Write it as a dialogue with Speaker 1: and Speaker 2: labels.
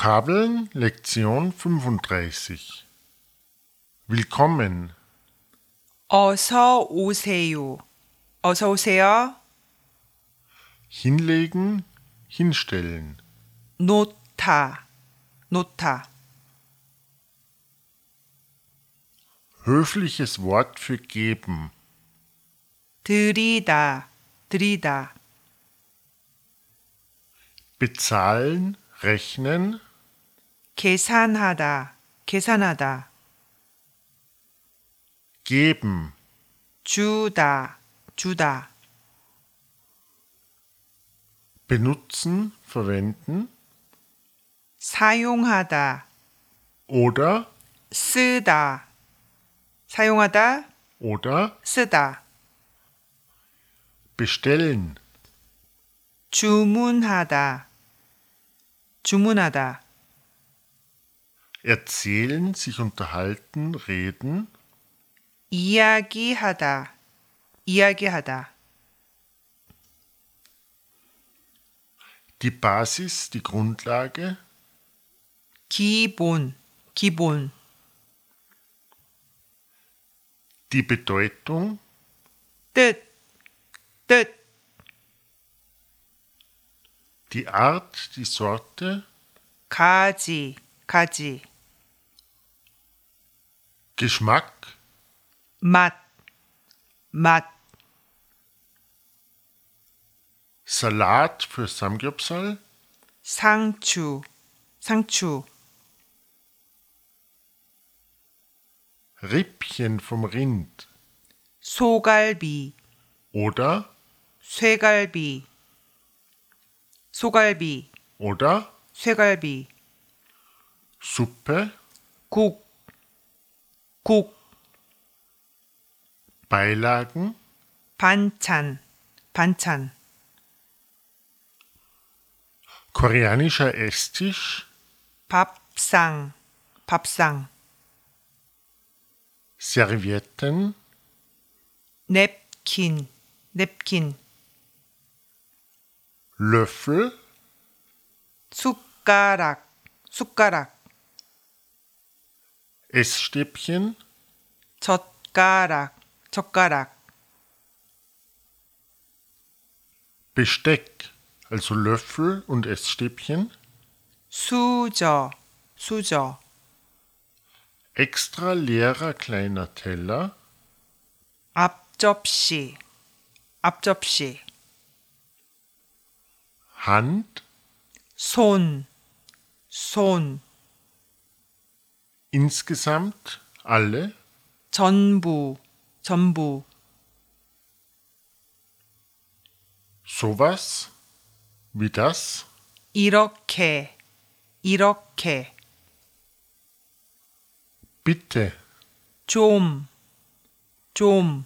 Speaker 1: Vokabeln Lektion 35 Willkommen,
Speaker 2: 어서 오세요. 어서 오세요.
Speaker 1: hinlegen, hinstellen,
Speaker 2: 놓다. 놓다.
Speaker 1: höfliches Wort für geben,
Speaker 2: 들이다. 들이다.
Speaker 1: bezahlen, rechnen,
Speaker 2: 계산하다. 계산하다.
Speaker 1: geben,
Speaker 2: 주다. 주다.
Speaker 1: benutzen, verwenden
Speaker 2: 사용하다.
Speaker 1: oder
Speaker 2: 쓰다. 사용하다.
Speaker 1: oder
Speaker 2: 쓰다.
Speaker 1: bestellen,
Speaker 2: 주문하다. 주문하다.
Speaker 1: erzählen, sich unterhalten, reden,
Speaker 2: 이야기하다. 이야기하다.
Speaker 1: die Basis, die Grundlage,
Speaker 2: 기본. 기본.
Speaker 1: die Bedeutung,
Speaker 2: 뜻. 뜻.
Speaker 1: die Art, die Sorte,
Speaker 2: 가지, 가지,
Speaker 1: Geschmack,
Speaker 2: 맛, 맛,
Speaker 1: Salat für Samgyeopsal,
Speaker 2: 상추, 상추,
Speaker 1: Rippchen vom Rind
Speaker 2: 소갈비,
Speaker 1: oder
Speaker 2: 쇠갈비, 소갈비,
Speaker 1: oder
Speaker 2: 쇠갈비,
Speaker 1: Suppe,
Speaker 2: 국, 국,
Speaker 1: Beilagen,
Speaker 2: 반찬, 반찬,
Speaker 1: koreanischer Esstisch,
Speaker 2: 밥상, 밥상,
Speaker 1: Servietten,
Speaker 2: 냅킨, 냅킨,
Speaker 1: Löffel,
Speaker 2: 숟가락, 숟가락,
Speaker 1: Essstäbchen,
Speaker 2: 젓가락, 젓가락,
Speaker 1: Besteck, also Löffel und Essstäbchen,
Speaker 2: 수저, 수저.
Speaker 1: extra leerer kleiner Teller,
Speaker 2: 앞접시, 앞접시,
Speaker 1: Hand,
Speaker 2: 손, 손,
Speaker 1: insgesamt alle,
Speaker 2: 전부, 전부,
Speaker 1: sowas wie das,
Speaker 2: 이렇게, 이렇게,
Speaker 1: bitte.
Speaker 2: 좀, 좀,